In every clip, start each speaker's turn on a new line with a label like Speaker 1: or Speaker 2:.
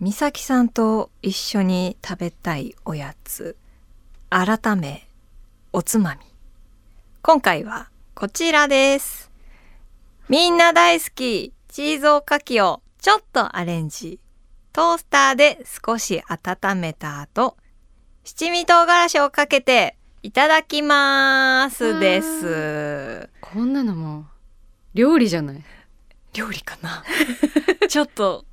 Speaker 1: 美咲さんと一緒に食べたいおやつ改めおつまみ今回はこちらですみんな大好きチーズおかきをちょっとアレンジトースターで少し温めた後七味唐辛子をかけていただきますです
Speaker 2: こんなのもう料理じゃない
Speaker 1: 料理かな ちょっと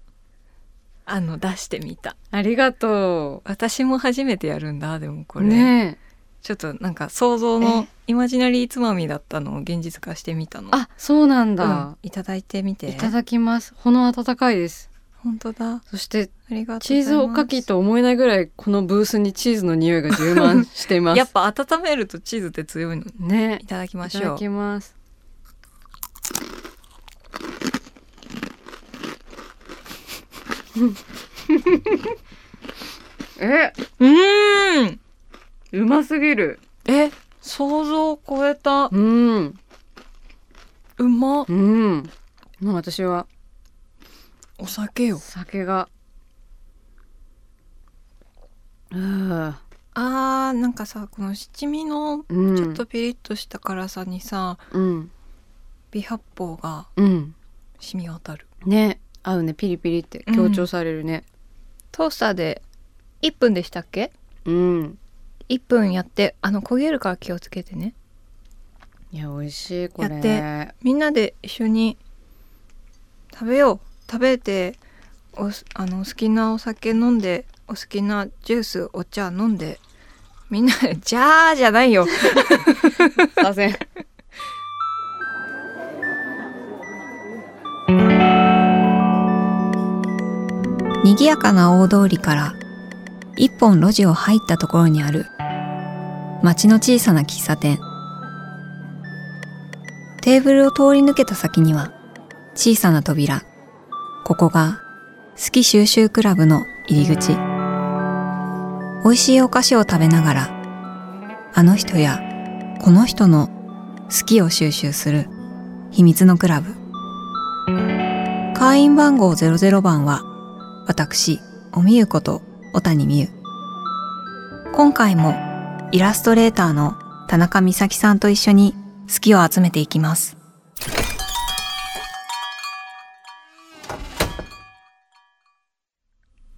Speaker 1: あの出してみた
Speaker 2: ありがと
Speaker 1: 私も初めてやるんだでもこ
Speaker 2: う
Speaker 1: れ、
Speaker 2: ねえ
Speaker 1: ちょっとなんか想像のイマジナリーつまみだったのを現実化してみたの
Speaker 2: あそうなん
Speaker 1: うん
Speaker 2: だ、
Speaker 1: いただいてみて
Speaker 2: いただきますほの温かいです
Speaker 1: 本当だ
Speaker 2: そして
Speaker 1: ありがとうございます
Speaker 2: チーズおかきと思えないぐらいこのブースにチーズの匂いが充満しています
Speaker 1: やっぱ温めるとチーズって強いの
Speaker 2: ね
Speaker 1: いただきま
Speaker 2: い
Speaker 1: したょ
Speaker 2: だ
Speaker 1: う
Speaker 2: きますえ
Speaker 1: うーん
Speaker 2: うますぎる
Speaker 1: え想像を超えた
Speaker 2: うん
Speaker 1: うま
Speaker 2: うんもう私は
Speaker 1: お酒よ
Speaker 2: 酒がうん
Speaker 1: あーなんかさこの七味の
Speaker 2: うん
Speaker 1: ちょっとピリッとした辛さにさ、
Speaker 2: うん
Speaker 1: 美発泡が
Speaker 2: うん
Speaker 1: 染み渡る
Speaker 2: ね合うねピリピリって強調されるね
Speaker 1: トースターで1分でしたっけ
Speaker 2: うん
Speaker 1: 1分やってあの焦げるから気をつけてね
Speaker 2: いや美味しいこれ
Speaker 1: やってみんなで一緒に食べよう食べておすあの好きなお酒飲んでお好きなジュースお茶飲んでみんなで「じゃあ」じゃないよ
Speaker 2: させん
Speaker 1: 賑やかな大通りから一本路地を入ったところにある町の小さな喫茶店テーブルを通り抜けた先には小さな扉ここが好き収集クラブの入り口美味しいお菓子を食べながらあの人やこの人の好きを収集する秘密のクラブ会員番号00番は私、おみゆこと小谷美優。今回もイラストレーターの田中美咲さんと一緒に好きを集めていきます。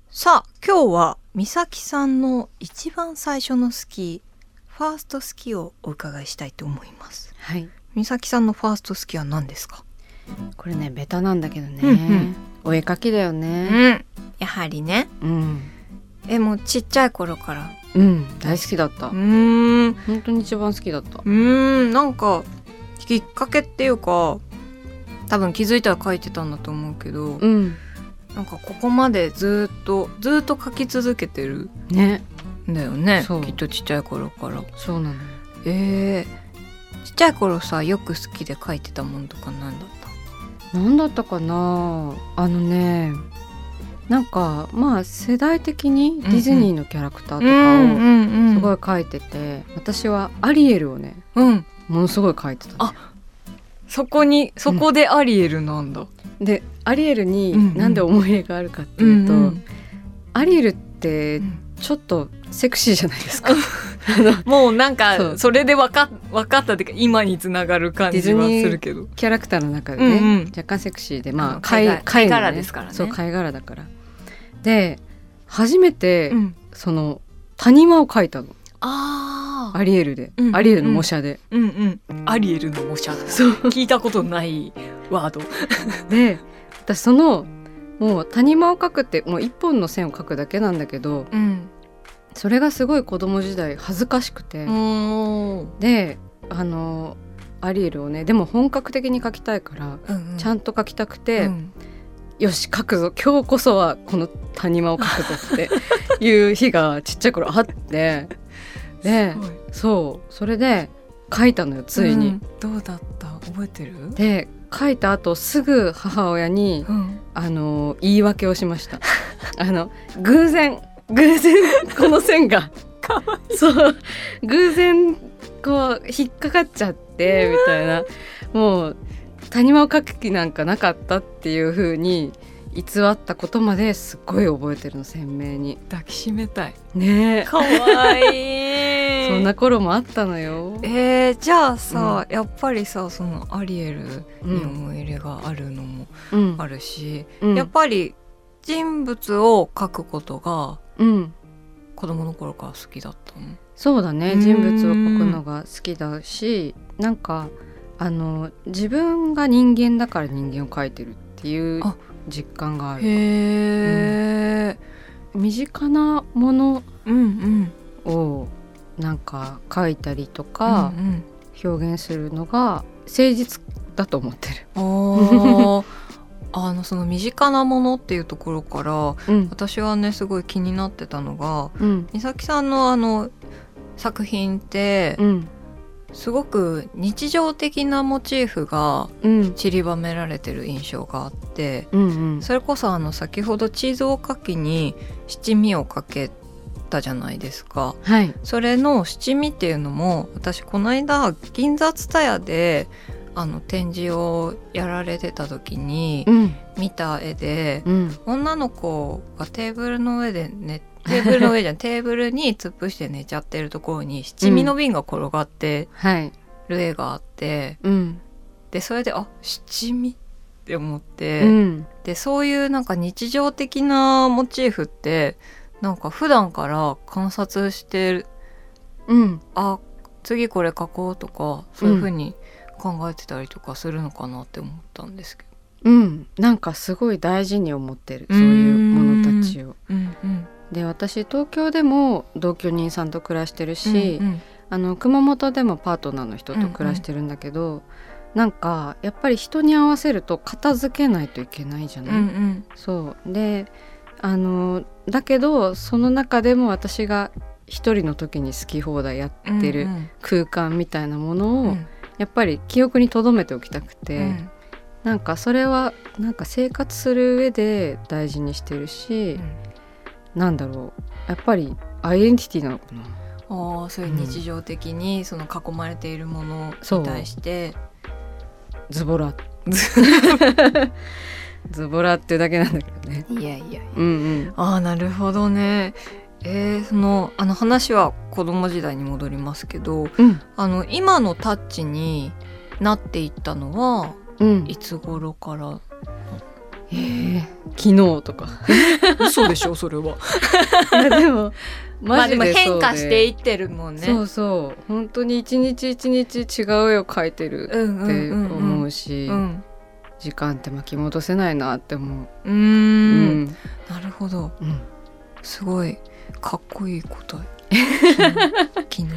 Speaker 1: さあ、今日は美咲さんの一番最初の好き、ファースト好きをお伺いしたいと思います。
Speaker 2: はい
Speaker 1: 美咲さんのファースト好きは何ですか
Speaker 2: これねベタなんだけどね、
Speaker 1: うんうん
Speaker 2: お絵描きだよ
Speaker 1: う
Speaker 2: ね
Speaker 1: ん、やはりね。
Speaker 2: うん
Speaker 1: え、もうちっちゃい頃から。
Speaker 2: うん大好きだった
Speaker 1: ん。
Speaker 2: 本当に一番好きだった
Speaker 1: うーんなんかきっかけっていうか多分気づいたら書いてたんだと思うけど
Speaker 2: うん
Speaker 1: なんかここまでずっとずっと書き続けてる
Speaker 2: ね
Speaker 1: んだよね
Speaker 2: そう
Speaker 1: きっとちっちゃい頃から
Speaker 2: そうなのよ
Speaker 1: えー、ちっちゃい頃さよく好きで書いてたものとか何だった
Speaker 2: 何だったかなあのねなんかまあ世代的にディズニーのキャラクターとかを
Speaker 1: ん
Speaker 2: すご
Speaker 1: い
Speaker 2: い描いてて、私はアリエルをね
Speaker 1: うん
Speaker 2: ものすごい描いてた、ね、
Speaker 1: あそこにそこでアリエルなんだ、
Speaker 2: でアリエル
Speaker 1: うんうん
Speaker 2: になんで思い入れがあるかっていうと、アリエルってちょっとセクシーじゃないですかあの
Speaker 1: もうなん
Speaker 2: そ
Speaker 1: か
Speaker 2: う
Speaker 1: それでわかわかったっていうか今につながる感じは
Speaker 2: ディズニー
Speaker 1: するけど
Speaker 2: キャラクターの中でね、
Speaker 1: うんうん
Speaker 2: 若干セクシーで
Speaker 1: あ
Speaker 2: ま
Speaker 1: の
Speaker 2: あ
Speaker 1: 貝が貝
Speaker 2: の
Speaker 1: 殻ですからね
Speaker 2: そう貝殻だからで初めて、
Speaker 1: ん
Speaker 2: その谷間を描いたの
Speaker 1: ああ、
Speaker 2: アリエルで、
Speaker 1: うん
Speaker 2: アリエルの模写で、
Speaker 1: うんうん、アリエルの模写
Speaker 2: そう
Speaker 1: 聞いたことないワード。
Speaker 2: で私そのもう谷間を描くってもう一本の線を描くだけなんだけど
Speaker 1: うん、
Speaker 2: それがすごい子供時代恥ずかしくて、
Speaker 1: お
Speaker 2: であのアリエルをねでも本格的に描きたいから
Speaker 1: うん
Speaker 2: ちゃ
Speaker 1: ん
Speaker 2: んと描きたく
Speaker 1: と
Speaker 2: て、よし書くぞ今日こそはこの谷間を書くぞって いう日がちっちゃい頃あってでそうそれで書いたのよついに。
Speaker 1: どうだった覚えてる？
Speaker 2: で書いた後すぐ母親に
Speaker 1: うん、
Speaker 2: あの言い訳をしました あの偶然偶然 この線が
Speaker 1: かわ
Speaker 2: そう偶然こう引っかかっちゃってみたいなもう谷間を書く気なんかなかったっていう風に偽ったことまですっごい覚えてるの鮮明に
Speaker 1: 抱きしめたい
Speaker 2: ねえ
Speaker 1: かわ いい
Speaker 2: そんな頃もあったのよ、
Speaker 1: えー、じゃあさ、やっぱりさそのアリエル
Speaker 2: う
Speaker 1: に
Speaker 2: ん
Speaker 1: 思い入れがあるのも
Speaker 2: うん
Speaker 1: あるし、
Speaker 2: うん
Speaker 1: やっぱり人物を描くことが
Speaker 2: うん、
Speaker 1: 子供の頃から好きだったの
Speaker 2: そうだね
Speaker 1: うん
Speaker 2: 人物を描くのが好きだしなんかあの自分が人間だから人間を描いてるっていう
Speaker 1: あ
Speaker 2: 実感がある
Speaker 1: へえ、
Speaker 2: 身近なもの
Speaker 1: うん、うん
Speaker 2: をなんか描いたりと
Speaker 1: あ
Speaker 2: か表現するのが誠実だと思ってる。
Speaker 1: うんうん、あー あのその身近なものっていうところから
Speaker 2: うん
Speaker 1: 私はねすごい気になってたのが
Speaker 2: うん
Speaker 1: 美咲さんのあの作品って
Speaker 2: うん
Speaker 1: すごく日常的なモチーフが
Speaker 2: うん
Speaker 1: 散りばめられてる印象があって
Speaker 2: うんうん
Speaker 1: それこそあの先ほどチーズおかきに七味をかけたじゃないですか
Speaker 2: はい
Speaker 1: それの七味っていうのも私この間銀座ツタヤであの展示をやられてた時に
Speaker 2: うん
Speaker 1: 見た絵で
Speaker 2: うん
Speaker 1: 女の子がテーブルの上で寝テーブルの上 じゃんテーブルに突っ伏して寝ちゃってるところに七味の瓶が転がって
Speaker 2: はい
Speaker 1: る絵があって、
Speaker 2: うん
Speaker 1: でそれであ七味って思って、
Speaker 2: うん
Speaker 1: でそういうなんか日常的なモチーフってなんか普段から観察してる
Speaker 2: うん
Speaker 1: あ次これ書こうとかそういうふうに考えてたりとかするのかなって思ったんですけど。
Speaker 2: うんなんかすごい大事に思ってるそういうものたちを。
Speaker 1: うんうん
Speaker 2: で私東京でも同居人さんと暮らしてるし、
Speaker 1: うん
Speaker 2: あの熊本でもパートナーの人と暮らしてるんだけど、なんかやっぱり人に合わせると片付けないといけないじゃ
Speaker 1: う
Speaker 2: ない、
Speaker 1: ん
Speaker 2: そうであのだけどその中でも私が一人の時に好き放題や
Speaker 1: うん
Speaker 2: ってる空間みたいなものを、
Speaker 1: うん
Speaker 2: やっぱり記憶に留めておきたくて、
Speaker 1: うん
Speaker 2: なんかそれはなんか生活する上で大事にしてるし、なんだろうやっぱりアイデンティティなのかな
Speaker 1: うんああそういう日常的にその囲まれているもの
Speaker 2: そう
Speaker 1: に対して
Speaker 2: ズ ボラズボラっていうだけなんだけどね
Speaker 1: いやいやいや
Speaker 2: うんうん
Speaker 1: ああなるほどね。えー、そのあの話は子供時代に戻りますけど
Speaker 2: うん
Speaker 1: あの今のタッチになっていったのは
Speaker 2: うん
Speaker 1: いつ頃から
Speaker 2: えー、昨日とか
Speaker 1: 嘘でしょそれは
Speaker 2: いや でも
Speaker 1: まあ
Speaker 2: マ
Speaker 1: で
Speaker 2: ジ
Speaker 1: も
Speaker 2: でそうで
Speaker 1: 変化していってるもんね
Speaker 2: そうそう本当に一日一日違う絵を描いてる
Speaker 1: うん
Speaker 2: っ
Speaker 1: うん
Speaker 2: て
Speaker 1: うん
Speaker 2: 思
Speaker 1: うん
Speaker 2: うし、
Speaker 1: うん
Speaker 2: 時間って巻き戻せないなって思
Speaker 1: うー
Speaker 2: う、うんん
Speaker 1: なるほど
Speaker 2: うん
Speaker 1: すごいかっこいい答え 昨日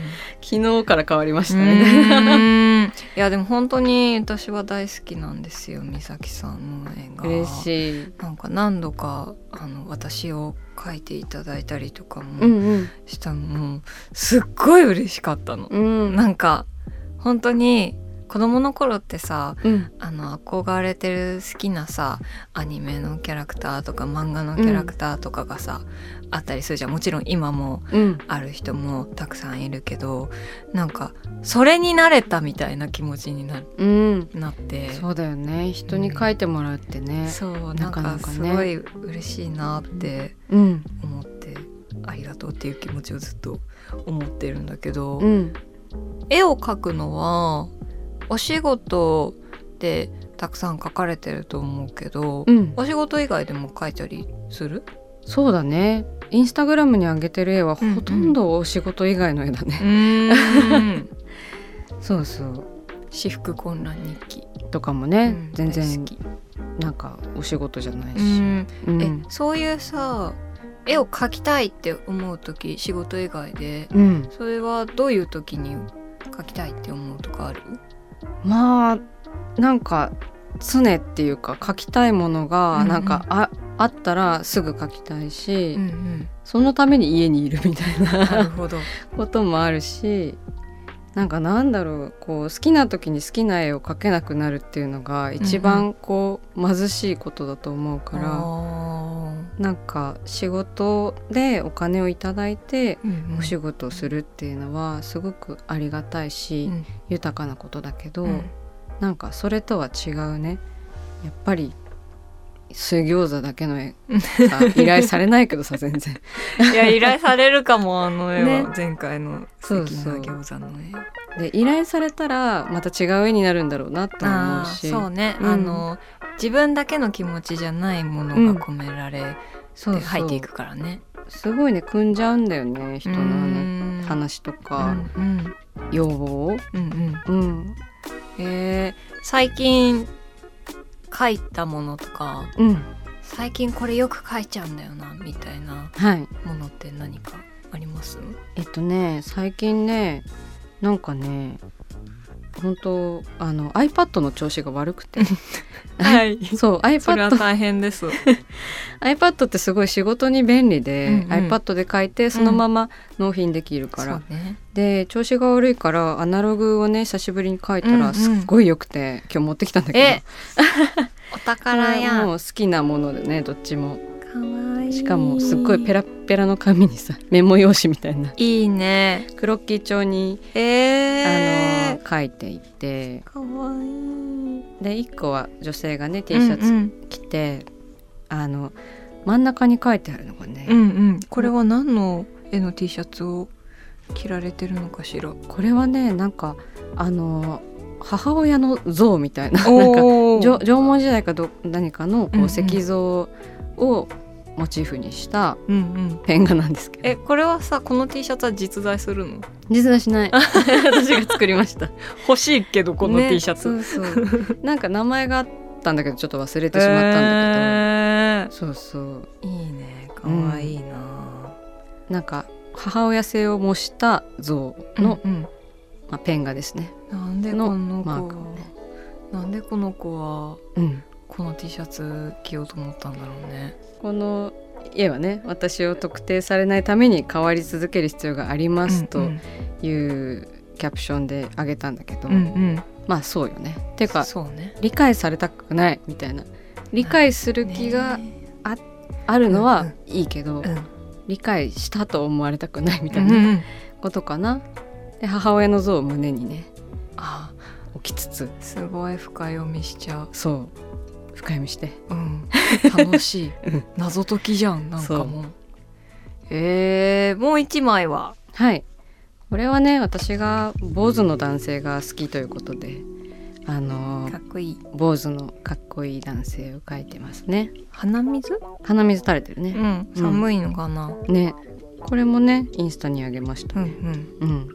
Speaker 2: 昨日から変わりまし
Speaker 1: 昨日
Speaker 2: たね
Speaker 1: うーん いやでも本当に私は大好きなんですよ美咲さんの絵が
Speaker 2: 嬉しい、
Speaker 1: なんか何度かあの私を描いていただいたりとか
Speaker 2: うん
Speaker 1: もしたのも、すっごい嬉しかったの。
Speaker 2: うん
Speaker 1: なんか本当に子供の頃ってさ
Speaker 2: うん
Speaker 1: あの憧れてる好きなさアニメのキャラクターとか漫画のキャラクターとかがさ、あったりするじゃんもちろん今も
Speaker 2: うん
Speaker 1: ある人もたくさんいるけどなんかそれになれたみたいな気持ちにな
Speaker 2: うん
Speaker 1: なって
Speaker 2: そうだよね人に描いてもらうってね、
Speaker 1: そうな
Speaker 2: なんかな
Speaker 1: か
Speaker 2: かね
Speaker 1: すごい嬉しいなって
Speaker 2: うん
Speaker 1: 思ってありがとうっていう気持ちをずっと思ってるんだけど、
Speaker 2: うん
Speaker 1: 絵を描くのはお仕事でたくさん描かれてると思うけど、
Speaker 2: うん、
Speaker 1: お仕事以外でも描いたりする
Speaker 2: そうだねインスタグラムに上げてる絵は
Speaker 1: うんうん
Speaker 2: ほとんどお仕事以外の絵だね、
Speaker 1: ん
Speaker 2: そうそう
Speaker 1: 私服混乱日記、
Speaker 2: とかも
Speaker 1: う
Speaker 2: ね、
Speaker 1: ん
Speaker 2: 全
Speaker 1: 大好
Speaker 2: 然
Speaker 1: き
Speaker 2: なんかお仕事じゃないうし、
Speaker 1: ん
Speaker 2: うん
Speaker 1: えそういうさ絵を描きたいって思う時仕事以外で
Speaker 2: うん
Speaker 1: それはどういう時に描きたいって思うとかある
Speaker 2: まあなんか常っていうか描きたいも
Speaker 1: う
Speaker 2: の
Speaker 1: ん
Speaker 2: が
Speaker 1: うん
Speaker 2: なんかあ,、あったらすぐ描きたいし、
Speaker 1: ん
Speaker 2: そのために家にいるみたい
Speaker 1: うん、なる
Speaker 2: な
Speaker 1: ほ ど。
Speaker 2: こともあるしなんかなんだろうこう好きな時に好きな絵を描けなくなるっていうのが一番こう、貧しいことだと思う
Speaker 1: か
Speaker 2: から。なんか仕事でお金をいただいてお仕事をするっていうのはすごくありがたいし、
Speaker 1: うん
Speaker 2: 豊かなことだけど、なんかそれとは違うねやっぱり水餃子だけの絵 さ依頼されないけどさ全然
Speaker 1: いや依頼されるかもあの絵 は、
Speaker 2: ね
Speaker 1: 前回の
Speaker 2: そ
Speaker 1: 素
Speaker 2: う
Speaker 1: 敵
Speaker 2: そ
Speaker 1: な
Speaker 2: う
Speaker 1: 餃子の絵
Speaker 2: で依頼されたらまた違う絵になるんだろうなと思
Speaker 1: あ
Speaker 2: う
Speaker 1: あ
Speaker 2: し
Speaker 1: そうね、
Speaker 2: うん
Speaker 1: あの自分だけの気持ちじゃないものが込められ
Speaker 2: そ
Speaker 1: て
Speaker 2: うそう
Speaker 1: 入っていくからね。
Speaker 2: すごいね組んじゃうんだよね人のあの
Speaker 1: の
Speaker 2: 話とか
Speaker 1: うん
Speaker 2: 要望を、
Speaker 1: うんうんうん
Speaker 2: うん
Speaker 1: えー最近書いたものとか
Speaker 2: うん、
Speaker 1: 最近これよく書いちゃうんだよなみたいな
Speaker 2: はい
Speaker 1: ものって何かあります
Speaker 2: えっとね最近ねなんかね本当あの iPad の調子が悪くて
Speaker 1: はい
Speaker 2: そう iPad,
Speaker 1: 大変です。
Speaker 2: iPad ってすごい仕事に便利で、
Speaker 1: うんうん
Speaker 2: iPad で書いてそのまま納品できるか、
Speaker 1: かららね。
Speaker 2: で調子が悪いからアナログをね久しぶりに書いた
Speaker 1: うんう
Speaker 2: ら
Speaker 1: ん
Speaker 2: すっごい良くて、今日持ってきたんだけど
Speaker 1: えお宝や
Speaker 2: も
Speaker 1: ん。
Speaker 2: う好きなものでねどっちも
Speaker 1: かわいい。
Speaker 2: しかもすっごいペラッペラの紙にさメモ用紙みたいない
Speaker 1: いね。
Speaker 2: クロッキー帳に、
Speaker 1: え
Speaker 2: あの書いていて
Speaker 1: かわいい。
Speaker 2: で1個は女性がね T
Speaker 1: う
Speaker 2: シ
Speaker 1: んう
Speaker 2: ャツ
Speaker 1: ん
Speaker 2: 着て、あの真ん中に書いてあるのがね、
Speaker 1: うんうん。これは何の絵の T シャツを着られてるのかしら。
Speaker 2: これはねなんかあの母親の像みたいななんか
Speaker 1: お
Speaker 2: 縄縄文時代かど何かの
Speaker 1: うんう
Speaker 2: こ
Speaker 1: ん
Speaker 2: う石像をモチーフにした
Speaker 1: うんうん。
Speaker 2: ペン画なんですけど、
Speaker 1: え、これはさ、この T シャツは実在するの？
Speaker 2: 実在しない私が作りま した
Speaker 1: 欲しいけどこの T シャツ。
Speaker 2: ねそうそうなんか名前があったんだけどちょっと忘れてしまったんだけど、そうそう
Speaker 1: けど。いいね。かわいいな。
Speaker 2: なんか母親性を模した像の、
Speaker 1: うんうん
Speaker 2: まあ、ペン画ですね
Speaker 1: なんでこの子
Speaker 2: マーク
Speaker 1: は、なんでこの子は
Speaker 2: うん
Speaker 1: この T シャツ着ようと思ったんだろうね。
Speaker 2: この絵はね私を特定されないために変わり続ける必要があります
Speaker 1: う
Speaker 2: と
Speaker 1: ん
Speaker 2: いうキャプションであげたんだけど、
Speaker 1: うんうん
Speaker 2: まあそうよねっていうか
Speaker 1: そうね。
Speaker 2: 理解されたくないみたいな理解する気があるの
Speaker 1: うん
Speaker 2: は
Speaker 1: う
Speaker 2: いいけど、
Speaker 1: うん
Speaker 2: 理解したと思われたくないみた
Speaker 1: う
Speaker 2: い
Speaker 1: んう、
Speaker 2: なんことかな。で母親の像を胸にね
Speaker 1: あ
Speaker 2: 置きつつ
Speaker 1: すごい深読みしちゃう。
Speaker 2: そう深読みして
Speaker 1: うん、楽し い
Speaker 2: うん
Speaker 1: 謎解きじゃんなんかもう。えー、もう一枚は
Speaker 2: はいこれはね私が坊主の男性が好きということであの
Speaker 1: かっこいい
Speaker 2: 坊主のかっこいい男性を描いてますね
Speaker 1: 鼻水？
Speaker 2: 鼻水垂れてる
Speaker 1: う
Speaker 2: ね、
Speaker 1: ん、寒いのかな。
Speaker 2: ねこれもねインスタにあげまし
Speaker 1: う
Speaker 2: た
Speaker 1: んうん。
Speaker 2: うん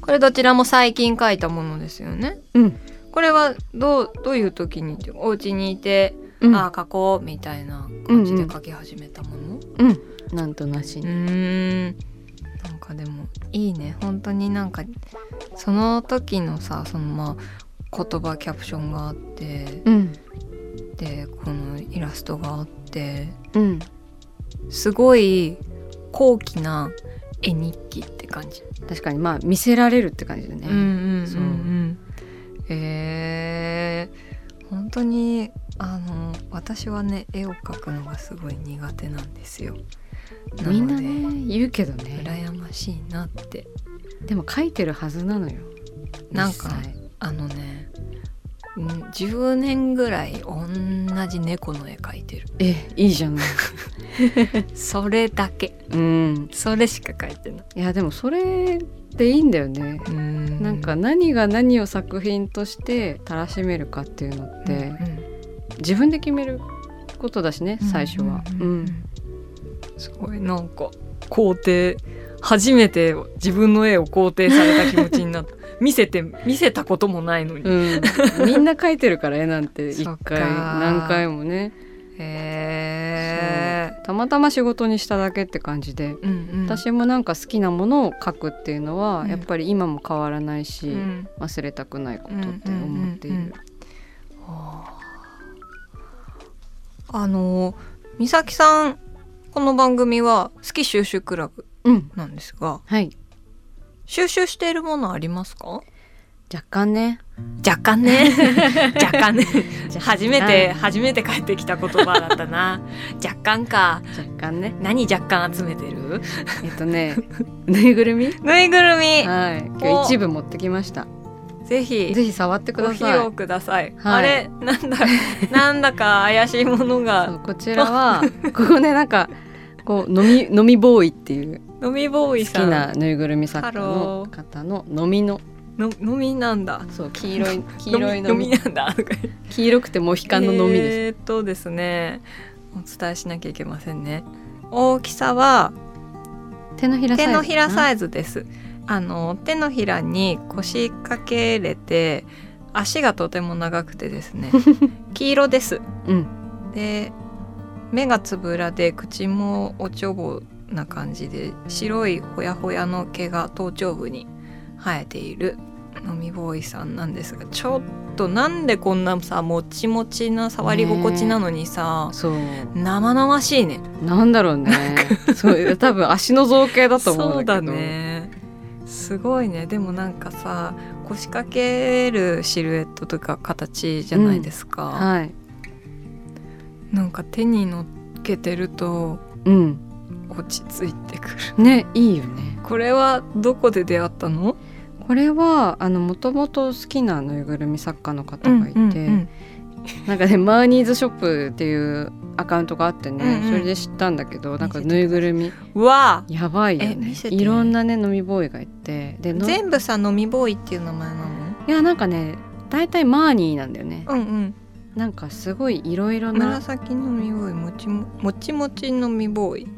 Speaker 1: これどちらも最近書いたものですよね。
Speaker 2: うん、
Speaker 1: これはどうどういう時にお家にいて、
Speaker 2: うん、
Speaker 1: ああ書こうみたいな感じで書き始めたもの。
Speaker 2: うんなんとなし
Speaker 1: う
Speaker 2: に、
Speaker 1: ーんなんかでもいいね本当になんかその時のさそのまあ言葉キャプションがあって
Speaker 2: うん
Speaker 1: でこのイラストがあって
Speaker 2: うん、
Speaker 1: すごい高貴な絵日記って感じ。
Speaker 2: 確かにまあ見せられるって感じでね、
Speaker 1: うんうん
Speaker 2: そ
Speaker 1: うん
Speaker 2: う
Speaker 1: うん、えー、本当にあの私はね絵を描くのがすごい苦手なんですよ。な
Speaker 2: みんな
Speaker 1: ので、
Speaker 2: ね言うけどね
Speaker 1: 羨ましいなって
Speaker 2: でも書いてるはずなのよ
Speaker 1: なんか
Speaker 2: 実際
Speaker 1: あのねうん10年ぐらい同じ猫の絵描いてる
Speaker 2: えいいじゃ ない
Speaker 1: それだけ
Speaker 2: うん
Speaker 1: それしか描いてない
Speaker 2: いやでもそれでいいんだよね、
Speaker 1: うん
Speaker 2: なんか何が何を作品としてたらしめるかっていうのって、
Speaker 1: うん
Speaker 2: 自分で決めることだしね
Speaker 1: うん
Speaker 2: 最初は、
Speaker 1: う
Speaker 2: うんん
Speaker 1: すごいなんか肯定初めて自分の絵を肯定された気持ちになった 見せて見せたこともないのに、
Speaker 2: うんみんな描いてるから絵なんて一
Speaker 1: そっか
Speaker 2: 回何回もね
Speaker 1: へえ
Speaker 2: たまたま仕事にしただけって感じで、
Speaker 1: うんうん
Speaker 2: 私もなんか好きなものを描くっていうのは、
Speaker 1: うん
Speaker 2: やっぱり今も変わらないし、
Speaker 1: うん
Speaker 2: 忘れたくないことって思っている、
Speaker 1: うんうんうんうんあの美咲さんこの番組は好き収集クラブ
Speaker 2: うん
Speaker 1: なんですが
Speaker 2: はい
Speaker 1: 収集しているものありますか
Speaker 2: 若干ね
Speaker 1: 若干 ね 若干ね
Speaker 2: 若干
Speaker 1: 初めて初めて帰ってきた言葉だったな 若干か
Speaker 2: 若 干ね
Speaker 1: 何若干集めてる
Speaker 2: えっとねぬいぐるみ
Speaker 1: ぬいぐるみ
Speaker 2: はい今日一部持ってきました
Speaker 1: ぜひ
Speaker 2: ぜひ触ってく
Speaker 1: ご
Speaker 2: だ
Speaker 1: 披
Speaker 2: さい
Speaker 1: 露ください。
Speaker 2: はい
Speaker 1: あれなん だなんだか怪しいもの
Speaker 2: そう
Speaker 1: が
Speaker 2: こちらは ここねなんかこう飲み飲みボーイっていう
Speaker 1: 飲みボーイ
Speaker 2: 好き
Speaker 1: さん
Speaker 2: なぬいぐるみ作家
Speaker 1: ハロ
Speaker 2: の
Speaker 1: ー
Speaker 2: 方の飲みの
Speaker 1: の飲みなんだ。
Speaker 2: そう黄色い黄色い
Speaker 1: 飲
Speaker 2: 飲
Speaker 1: み
Speaker 2: み
Speaker 1: 飲みなんだ。とか言って
Speaker 2: 黄色くてモヒカンの飲みです、
Speaker 1: えーっとですね、お伝えしなきゃいけませんね。大きさは
Speaker 2: 手のひらサ
Speaker 1: 手
Speaker 2: イズ
Speaker 1: のひらサ
Speaker 2: イ
Speaker 1: イズです。あの手のひらに腰掛けれて、足がとても長くてです ね、黄色です。
Speaker 2: ズうん
Speaker 1: で目がつぶらで口もおちょぼな感じで白いほやほやの毛が頭頂部に生えている飲みボーイさんなんですがちょっとなんでこんなさもちもちな触り心地なのにさ、
Speaker 2: そう
Speaker 1: 生々しいね
Speaker 2: なんだろうね そう多分足の造形だと思
Speaker 1: そううん
Speaker 2: だ
Speaker 1: だ
Speaker 2: けど
Speaker 1: ねすごいねでもなんかさ腰掛けるシルエットとか形じゃないですか、
Speaker 2: はい
Speaker 1: なんか手に乗っけてると
Speaker 2: うん
Speaker 1: 落ち着いてくる
Speaker 2: ねいいよね
Speaker 1: これはどこで出会ったの？
Speaker 2: これはあのもともと好きなぬいぐるみ作家の方がいて、なんかねマーニーズショップっていうアカウントがあってね、
Speaker 1: うんうん
Speaker 2: それで知ったんだけどなんか
Speaker 1: 見せて
Speaker 2: ぬいぐるみ
Speaker 1: わあ、
Speaker 2: やばいよ
Speaker 1: え見
Speaker 2: ね
Speaker 1: せて
Speaker 2: いろんなね飲みボーイがいてでのい
Speaker 1: 全部さ飲みボーイっていう名前なの？
Speaker 2: やなんかね大体マーニーなんだよね
Speaker 1: うんうん。
Speaker 2: なんかすごいいろいろな
Speaker 1: 紫飲みボーイ、もちももちもち飲みボーイ。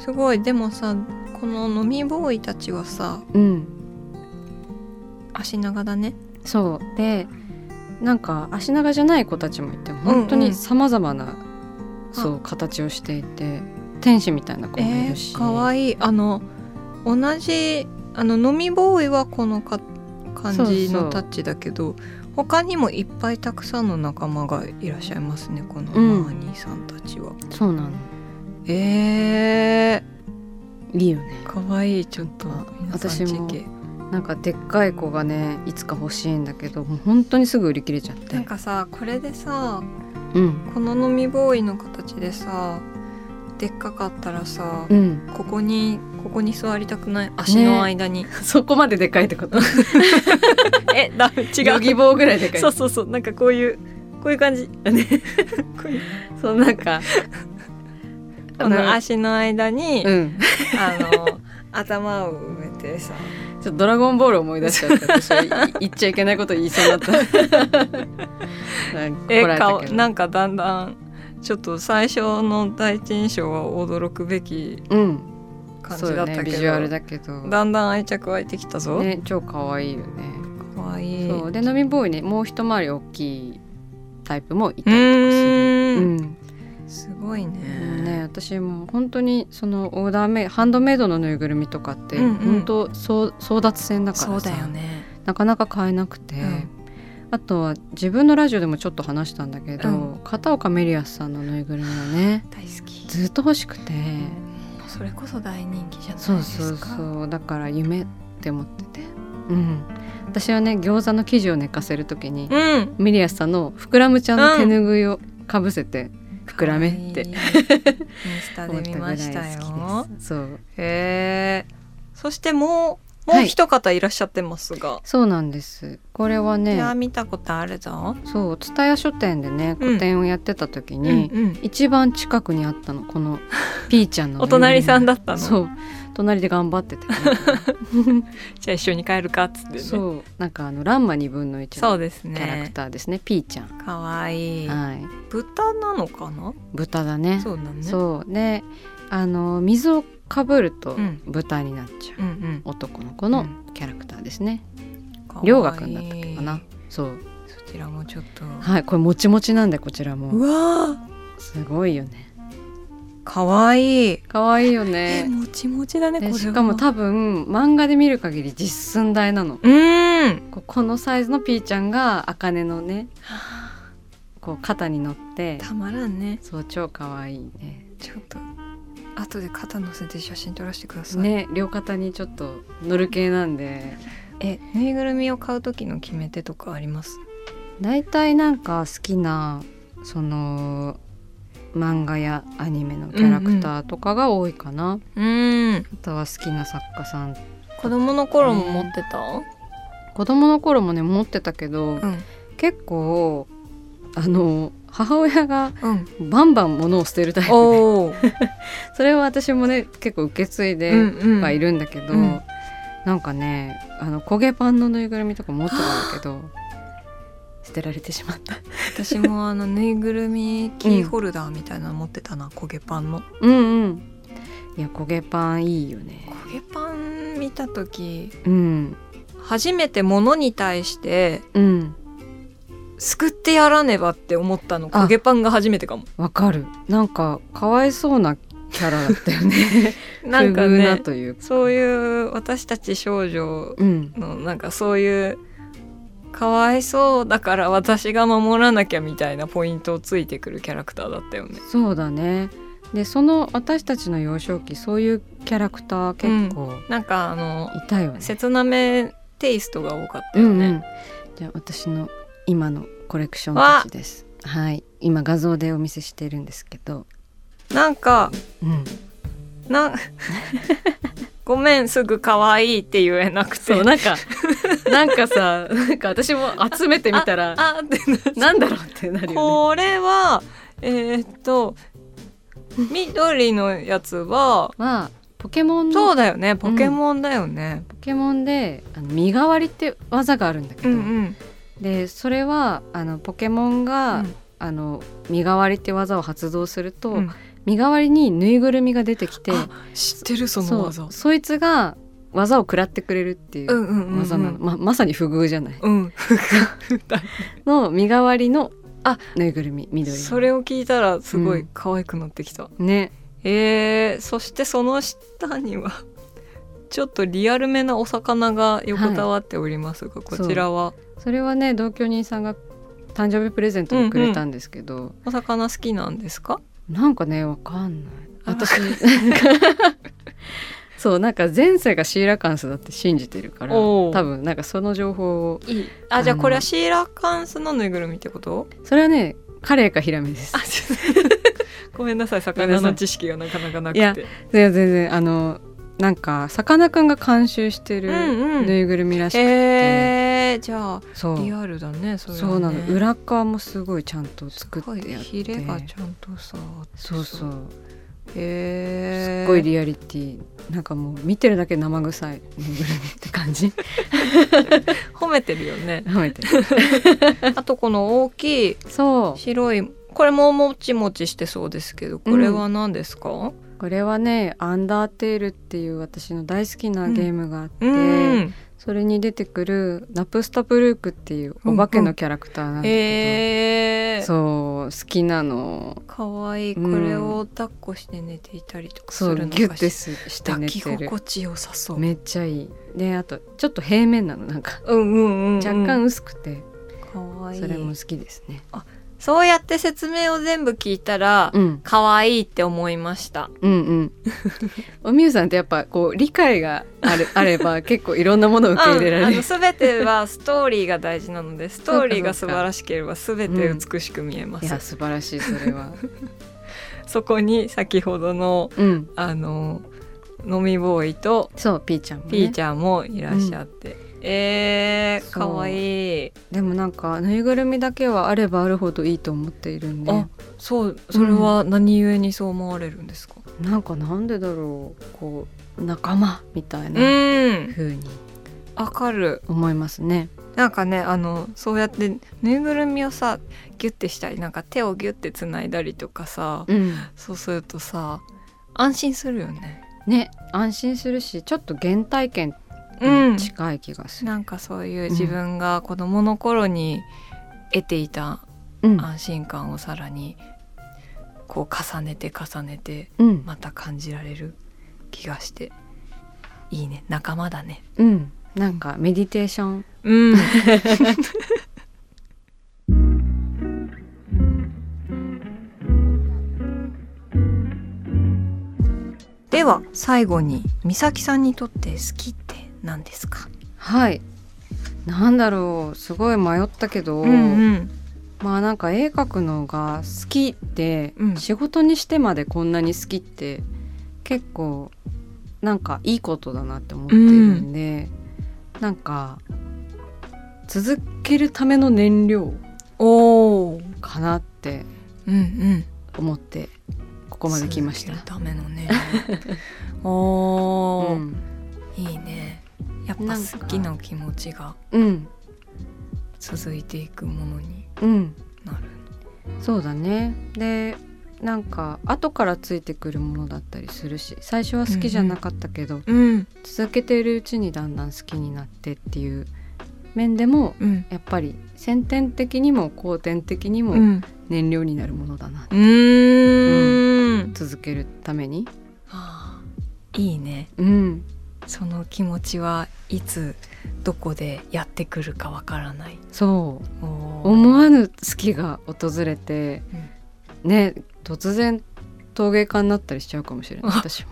Speaker 1: すごいでもさ、この飲みボーイたちはさ、
Speaker 2: うん
Speaker 1: 足長だね。
Speaker 2: そうでなんか足長じゃない子たちもいて本当
Speaker 1: うんう
Speaker 2: に
Speaker 1: ん
Speaker 2: さまざまな、そう形をしていて天使みたいな子もい
Speaker 1: え
Speaker 2: るし、
Speaker 1: ー、かわいい。あの同じあの飲みボーイはこのか感じ
Speaker 2: そうそ
Speaker 1: の
Speaker 2: う
Speaker 1: タッチだけど。他にもいっぱいたくさんの仲間がいらっしゃいますねこの
Speaker 2: うん
Speaker 1: マーニーさんたちは、
Speaker 2: そうなの
Speaker 1: え
Speaker 2: いいよね
Speaker 1: ー、かわいいちょっと
Speaker 2: あ
Speaker 1: 皆さん
Speaker 2: 私も
Speaker 1: チェケ
Speaker 2: なんかでっかい子がねいつか欲しいんだけどもう本当にすぐ売り切れちゃって
Speaker 1: なんかさこれでさ
Speaker 2: うん
Speaker 1: この飲みボーイの形でさでっかかったらさ、
Speaker 2: うん
Speaker 1: ここにここに座りたくない足の間に、
Speaker 2: そこまででかいってこと
Speaker 1: えだ違
Speaker 2: ヨギ棒ぐらいでかい
Speaker 1: そうそうそうなんかこういう こういう感じこういう
Speaker 2: そうなんか
Speaker 1: この足の間に、
Speaker 2: うん
Speaker 1: あの頭を埋め てさ
Speaker 2: ちょっとドラゴンボール思い出しちゃって 私は言っちゃいけないこと言いそうになった なんか
Speaker 1: え
Speaker 2: 怒られた
Speaker 1: 顔
Speaker 2: けど
Speaker 1: なんかだんだんちょっと最初の第一印象は驚くべき
Speaker 2: うん
Speaker 1: 感
Speaker 2: そう
Speaker 1: じ
Speaker 2: よ
Speaker 1: だっ
Speaker 2: ね
Speaker 1: たけ
Speaker 2: ビ
Speaker 1: ど、
Speaker 2: ジュアルだけど
Speaker 1: だんだん愛着湧いてきたぞ。
Speaker 2: ね超可愛いよね
Speaker 1: かわいい。
Speaker 2: そう
Speaker 1: う
Speaker 2: で飲みボーイねもう一回り大きいタイプもいたりとかする
Speaker 1: ーん。
Speaker 2: うん
Speaker 1: すごいね。
Speaker 2: ね、私もう本当にそのオーダーメイハンドメイドのぬいぐるみとかって
Speaker 1: うんうん
Speaker 2: 本当そう争奪戦だか
Speaker 1: そ
Speaker 2: ら
Speaker 1: う
Speaker 2: さ、
Speaker 1: だよね。
Speaker 2: なかなか買えなくて、
Speaker 1: うん
Speaker 2: あとは自分のラジオでもちょっと話したんだけど、
Speaker 1: うん
Speaker 2: 片岡メリアスさんのぬいぐるみがね
Speaker 1: 大好き。
Speaker 2: ずっと欲しくて
Speaker 1: それこそ大人気じゃないです
Speaker 2: そ
Speaker 1: か。
Speaker 2: うそうそうだから夢って思ってて、うん、私はね餃子の生地を寝かせる時に、
Speaker 1: うん。
Speaker 2: メリアスさんの膨らむちゃんの手ぬぐいをかぶせて膨らめって
Speaker 1: かわいいインスタ
Speaker 2: 思
Speaker 1: で
Speaker 2: った
Speaker 1: 見
Speaker 2: ぐら
Speaker 1: ま
Speaker 2: い好き
Speaker 1: し
Speaker 2: で
Speaker 1: たよ。
Speaker 2: す。そう
Speaker 1: へえ。そしてもうも
Speaker 2: は
Speaker 1: う
Speaker 2: い
Speaker 1: 一方いらっしゃってますが。
Speaker 2: そうなんですこれはいね
Speaker 1: や見たことあるぞ。
Speaker 2: そう蔦屋書店でね個展をやってた時
Speaker 1: うん
Speaker 2: に、
Speaker 1: うん。
Speaker 2: 一番近くにあったのこのピー ちゃんの
Speaker 1: お隣さんだったの。
Speaker 2: そう隣で頑張っててね、
Speaker 1: じゃあ一緒に帰るかっつってね。そう
Speaker 2: そうなんかあのランマ2分の1の
Speaker 1: です
Speaker 2: キャラク
Speaker 1: ね。
Speaker 2: ターですねピーちゃん、
Speaker 1: かわいい。
Speaker 2: はい
Speaker 1: 豚なのかな？
Speaker 2: 豚だね
Speaker 1: そうだね。う。
Speaker 2: そうであの水をかぶると
Speaker 1: うん
Speaker 2: 豚になっちゃう、
Speaker 1: うんうん。
Speaker 2: 男の子
Speaker 1: う
Speaker 2: の
Speaker 1: ん
Speaker 2: キャラクターですね
Speaker 1: かわいい
Speaker 2: 涼河くんだったっけかなそう
Speaker 1: そちらもちょっと
Speaker 2: はいこれもちもちなんでこちら
Speaker 1: う
Speaker 2: も
Speaker 1: わ
Speaker 2: すごいよね
Speaker 1: ーかわいい
Speaker 2: 可愛いよ
Speaker 1: え
Speaker 2: ね
Speaker 1: もちもちだねこれ
Speaker 2: で
Speaker 1: は
Speaker 2: しかも多分漫画で見る限り実寸大なの
Speaker 1: うーん
Speaker 2: こうこのサイズのピーちゃんが茜のねこう肩に乗って
Speaker 1: たまらんね
Speaker 2: そう超可愛いね
Speaker 1: ちょっと後で肩乗せて写真撮らせてください、
Speaker 2: ね両肩にちょっと乗る系なんで
Speaker 1: えぬいぐるみを買う時の決め手とかあります
Speaker 2: 大体なんか好きなその漫画やアニメのキャラクターとかが多いかな、
Speaker 1: うん
Speaker 2: あとは好きな作家さん
Speaker 1: 子供の頃も持ってた、
Speaker 2: 子供の頃もね持ってたけど
Speaker 1: うん
Speaker 2: 結構あの母親が
Speaker 1: うん
Speaker 2: バンバン物を捨てるタイプで
Speaker 1: お ー
Speaker 2: それは私もね結構受け継いで、
Speaker 1: うん
Speaker 2: はいるんだけど、
Speaker 1: うん
Speaker 2: なんかねあの焦げパンのぬいぐるみとか持ってたんだけど捨てられてしまった
Speaker 1: 私もあのぬいぐるみキーホルダーみたいなの持ってたな焦げパンの
Speaker 2: うんうんいや焦げパンいいよね
Speaker 1: 焦げパン見た時
Speaker 2: うん
Speaker 1: 初めて物に対して
Speaker 2: うん
Speaker 1: 救ってやらねばって思ったの
Speaker 2: あ
Speaker 1: 焦げパンが初めてかも
Speaker 2: わかるなんかかわいそうなキャラだったよね
Speaker 1: なんか
Speaker 2: 不遇 な
Speaker 1: ね
Speaker 2: というか
Speaker 1: そういう私たち少女
Speaker 2: うん
Speaker 1: のなんかそういうかわいそうだから私が守らなきゃみたいなポイントをついてくるキャラクターだったよね。
Speaker 2: そうだねでその私たちの幼少期そういうキャラクター結構
Speaker 1: なんかあの
Speaker 2: いたよね、
Speaker 1: 切なめテイストが多かった
Speaker 2: う
Speaker 1: よ
Speaker 2: ん
Speaker 1: ね。
Speaker 2: うん、じゃあ私の今のコレクションたちですはい今画像でお見せしてるんですけど
Speaker 1: なんか
Speaker 2: うん
Speaker 1: なん ごめんすぐ可愛いって言えなくて
Speaker 2: そうな んかなんかさなんか私も集めてみたら
Speaker 1: あってなっちゃう
Speaker 2: なんだろうってなるよね
Speaker 1: これはえーっと緑のやつは
Speaker 2: まあポケモン
Speaker 1: そ
Speaker 2: の
Speaker 1: うだよねポケモンだよね。
Speaker 2: ポケモンであの身代わりって技があるんだけど、
Speaker 1: うん
Speaker 2: でそれはあのポケモンが、
Speaker 1: うん
Speaker 2: あの身代わりって技を発動すると、
Speaker 1: うん
Speaker 2: 身代わりにぬいぐるみが出てきて
Speaker 1: あ知ってるその技。
Speaker 2: そうそいつが技を食らってくれるっていうう
Speaker 1: う
Speaker 2: ん
Speaker 1: んうんうん
Speaker 2: 技なの、ままさに不遇じゃない
Speaker 1: うん、
Speaker 2: の身代わりの
Speaker 1: あ
Speaker 2: ぬいぐるみ緑の
Speaker 1: それを聞いたらすご
Speaker 2: う
Speaker 1: い
Speaker 2: ん
Speaker 1: 可愛くなってきた、
Speaker 2: ね
Speaker 1: えー、そしてその下には ちょっとリアルめなお魚が横たわっておりますが、こちらは
Speaker 2: それはね同居人さんが誕生日プレゼントにくれたんですけど、
Speaker 1: お魚好きなんですか
Speaker 2: なんかねわかんない
Speaker 1: あ
Speaker 2: 私なんかそうなんか前世がシーラカンスだって信じてるから
Speaker 1: お
Speaker 2: 多
Speaker 1: ー
Speaker 2: 分なんかその情報を
Speaker 1: いいあじゃあ
Speaker 2: あの
Speaker 1: これはシーラカンスのぬいぐるみってこと
Speaker 2: それはねカレーかヒラメです
Speaker 1: あちょっと ごめんなさい魚の知識がなかなかなくて
Speaker 2: いやいや全然あのなんかさかなクンが監修してる
Speaker 1: うんうん
Speaker 2: ぬいぐるみらしくて、
Speaker 1: えー、じゃあ
Speaker 2: そう
Speaker 1: リアルだねそれはね
Speaker 2: そうなの裏側もすごいちゃんと作ってやっ
Speaker 1: すごいヒレが
Speaker 2: て
Speaker 1: ちゃんとさ
Speaker 2: そうそう
Speaker 1: へ
Speaker 2: す
Speaker 1: え
Speaker 2: っごいリアリティなんかもう見てるだけ生臭いぬいぐるみって感 じ
Speaker 1: 褒めてるよね
Speaker 2: 褒めて
Speaker 1: あとこの大きい
Speaker 2: そう
Speaker 1: 白いこれももちもちしてそうですけどこれは何ですか、
Speaker 2: これはね「アンダーテール」っていう私の大好きなゲームがあって、
Speaker 1: うん、
Speaker 2: それに出てくるナプスタプルークっていうお化けのキャラクターなんだけ
Speaker 1: へ
Speaker 2: ど、
Speaker 1: え
Speaker 2: そう好きなの
Speaker 1: かわいいこ
Speaker 2: うん
Speaker 1: れを抱っこして寝ていたりとかす
Speaker 2: そう
Speaker 1: るのかし
Speaker 2: ギュッて
Speaker 1: て
Speaker 2: すして
Speaker 1: 抱
Speaker 2: 寝
Speaker 1: き
Speaker 2: てる
Speaker 1: 心地よさそう、
Speaker 2: めっちゃいいであとちょっと平面なのなんか
Speaker 1: うんうんうん、
Speaker 2: 若干薄くて、
Speaker 1: かわい
Speaker 2: それも
Speaker 1: い
Speaker 2: 好きですね
Speaker 1: そうやって説明を全部聞いたら、
Speaker 2: うん
Speaker 1: かわいいって思いました
Speaker 2: うんうん おみゆさんってやっぱこう理解が あるあれば結構いろんなものを受け入れら
Speaker 1: うんあ
Speaker 2: れ
Speaker 1: の
Speaker 2: る、
Speaker 1: 全てはストーリーが大事な のでストーリーが素
Speaker 2: そうかそうか
Speaker 1: 晴らしければ全て美しく見えま
Speaker 2: い
Speaker 1: す、
Speaker 2: や素晴らしいそれは
Speaker 1: そこに先ほどの
Speaker 2: うん
Speaker 1: あの飲みボーイと
Speaker 2: そうピーちゃんも、ね、
Speaker 1: ピーちゃんもいらっしゃって、えー、かわいい
Speaker 2: でもなんかぬいぐるみだけはあればあるほどいいと思っているんで
Speaker 1: あそうそれは何故にそう思われるんですか、、
Speaker 2: なんかなんでだろうこう仲間みたいうなん風に
Speaker 1: わかる
Speaker 2: 思いますね、
Speaker 1: なんかねあのそうやってぬいぐるみをさギュッてしたりなんか手をギュッてつないだりとかさ
Speaker 2: うん、
Speaker 1: そうするとさ安心するよね
Speaker 2: ね安心するしちょっと原体験
Speaker 1: うん
Speaker 2: に近い気がする、
Speaker 1: なんかそういう自分が子どもの頃に得ていた
Speaker 2: うん
Speaker 1: 安心感をさらにこう重ねて重ねて
Speaker 2: うん
Speaker 1: また感じられる気がしていいね仲間だね。
Speaker 2: うん、なんかメディテーション
Speaker 1: うん、 では最後に美咲さんにとって好きって何ですか、
Speaker 2: はいなんだろうすごい迷ったけど、
Speaker 1: うん、
Speaker 2: まあなんか絵描くのが好きで、
Speaker 1: うん
Speaker 2: 仕事にしてまでこんなに好きって結構なんかいいことだなって思ってるんで、なんか続けるための燃料
Speaker 1: おお。
Speaker 2: かなって
Speaker 1: うんうん。
Speaker 2: 思ってここまで来ました
Speaker 1: 続ける。ための ね。お
Speaker 2: う
Speaker 1: お、
Speaker 2: ん、
Speaker 1: いいね。やっぱ好きな気持ちが
Speaker 2: うん、
Speaker 1: 続いていくものに
Speaker 2: うん、
Speaker 1: なる。
Speaker 2: そうだね。で、なんか後からついてくるものだったりするし、最初は好きじゃなかったけど、
Speaker 1: うん
Speaker 2: 続けているうちにだんだん好きになってっていう面でも、
Speaker 1: うん
Speaker 2: やっぱり先天的にも後天的に
Speaker 1: う
Speaker 2: も
Speaker 1: ん。
Speaker 2: 燃料になるものだな。
Speaker 1: うーん。
Speaker 2: 続けるために、
Speaker 1: あーいいね。
Speaker 2: うん、
Speaker 1: その気持ちはいつどこでやってくるかわからない。
Speaker 2: そう。
Speaker 1: おお。
Speaker 2: 思わぬ月が訪れて、ね突然陶芸家になったりしちゃうかもしれない
Speaker 1: あ
Speaker 2: 私も。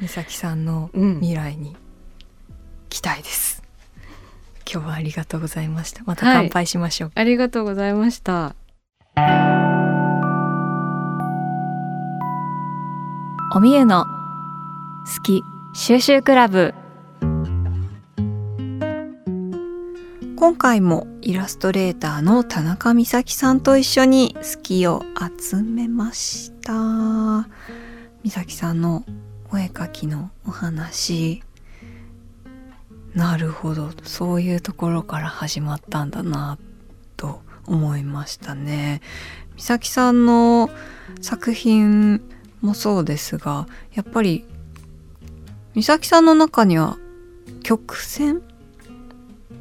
Speaker 1: 美咲さんの
Speaker 2: うん、
Speaker 1: 未来に期待です。今日はありがとうございました。また
Speaker 2: はい
Speaker 1: 乾杯しましょう。
Speaker 2: ありがとうございました。
Speaker 1: おみゆの好き収集クラブ今回もイラストレーターの田中美咲さんと一緒に好きを集めました美咲さんのお絵描きのお話なるほどそういうところから始まったんだなと思いましたね美咲さんの作品もそうですがやっぱり美咲さんの中には曲線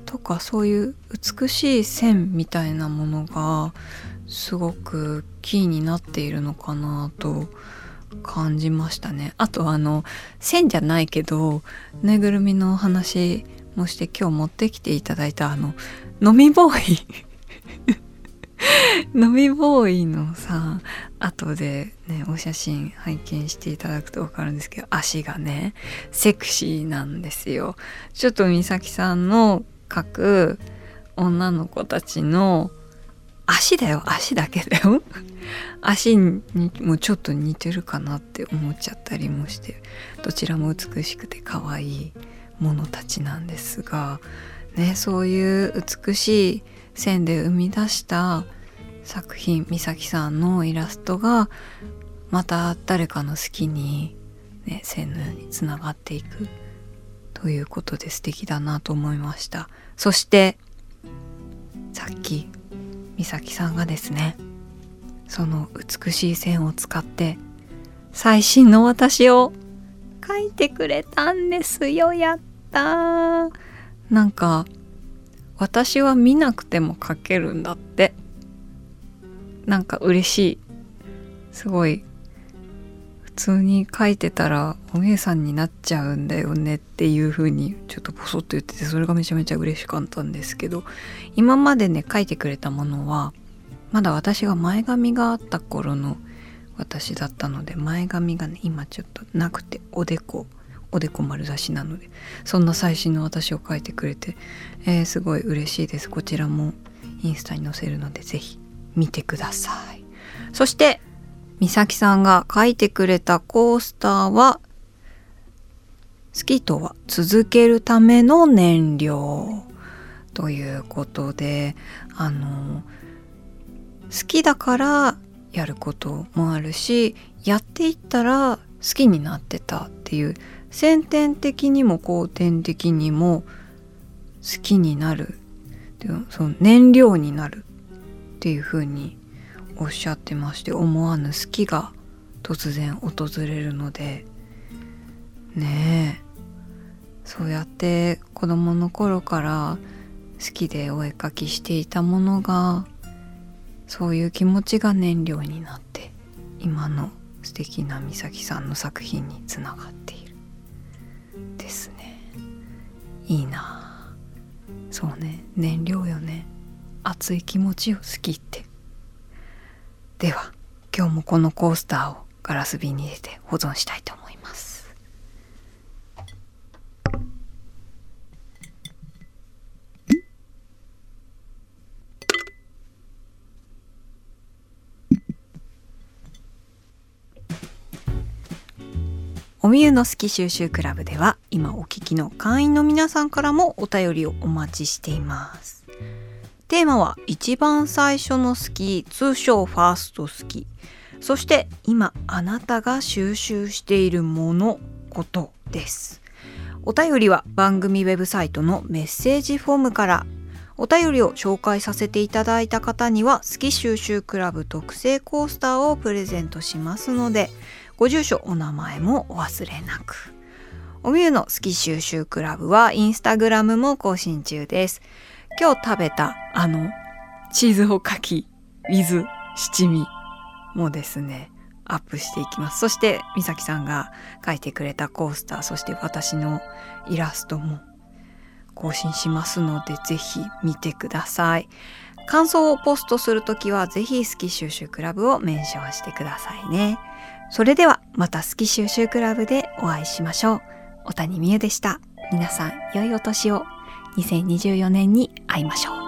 Speaker 1: とかそういう美しい線みたいなものがすごくキーになっているのかなと感じましたね。あとあの線じゃないけどぬいぐるみのお話もして今日持ってきていただいたあの飲みボーイ 飲みボーイのさ後でねお写真拝見していただくと分かるんですけど足がねセクシーなんですよちょっと美咲さんの描く女の子たちの足だよ足だけだよ足にもちょっと似てるかなって思っちゃったりもしてどちらも美しくて可愛いものたちなんですがねそういう美しい線で生み出した作品美咲さんのイラストがまた誰かの好きに、ね、線のようにつながっていくということで素敵だなと思いましたそしてさっき美咲さんがですねその美しい線を使って最新の私を描いてくれたんですよやったーなんか私は見なくても描けるんだってなんか嬉しいすごい普通に書いてたらお姉さんになっちゃうんだよねっていう風にちょっとボソッと言っててそれがめちゃめちゃ嬉しかったんですけど今までね書いてくれたものはまだ私が前髪があった頃の私だったので前髪がね今ちょっとなくておでこおでこ丸出しなのでそんな最新の私を書いてくれて、えーすごい嬉しいですこちらもインスタに載せるのでぜひ見てくださいそして美咲さんが書いてくれたコースターは「好きとは続けるための燃料」ということであの好きだからやることもあるしやっていったら好きになってたっていう先天的にも後天的にも好きになるでその燃料になるっていう風におっしゃってまして思わぬ好きが突然訪れるのでねえそうやって子供の頃から好きでお絵描きしていたものがそういう気持ちが燃料になって今の素敵な美咲さんの作品につながっているですねいいなあそうね燃料よね熱い気持ちを好きってでは今日もこのコースターをガラス瓶に入れて保存したいと思いますおみゆの好き収集クラブでは今お聞きの会員の皆さんからもお便りをお待ちしていますテーマは一番最初の好き通称ファースト好きそして今あなたが収集しているものことですお便りは番組ウェブサイトのメッセージフォームからお便りを紹介させていただいた方には好き収集クラブ特製コースターをプレゼントしますのでご住所お名前もお忘れなくおみゆの好き収集クラブはインスタグラムも更新中です今日食べたあのチーズおかき with 七味もですねアップしていきますそしてみさきさんが書いてくれたコースターそして私のイラストも更新しますのでぜひ見てください感想をポストするときはぜひ好き収集クラブをメンションしてくださいねそれではまた好き収集クラブでお会いしましょう小谷美優でした皆さん良いお年を2024年に会いましょう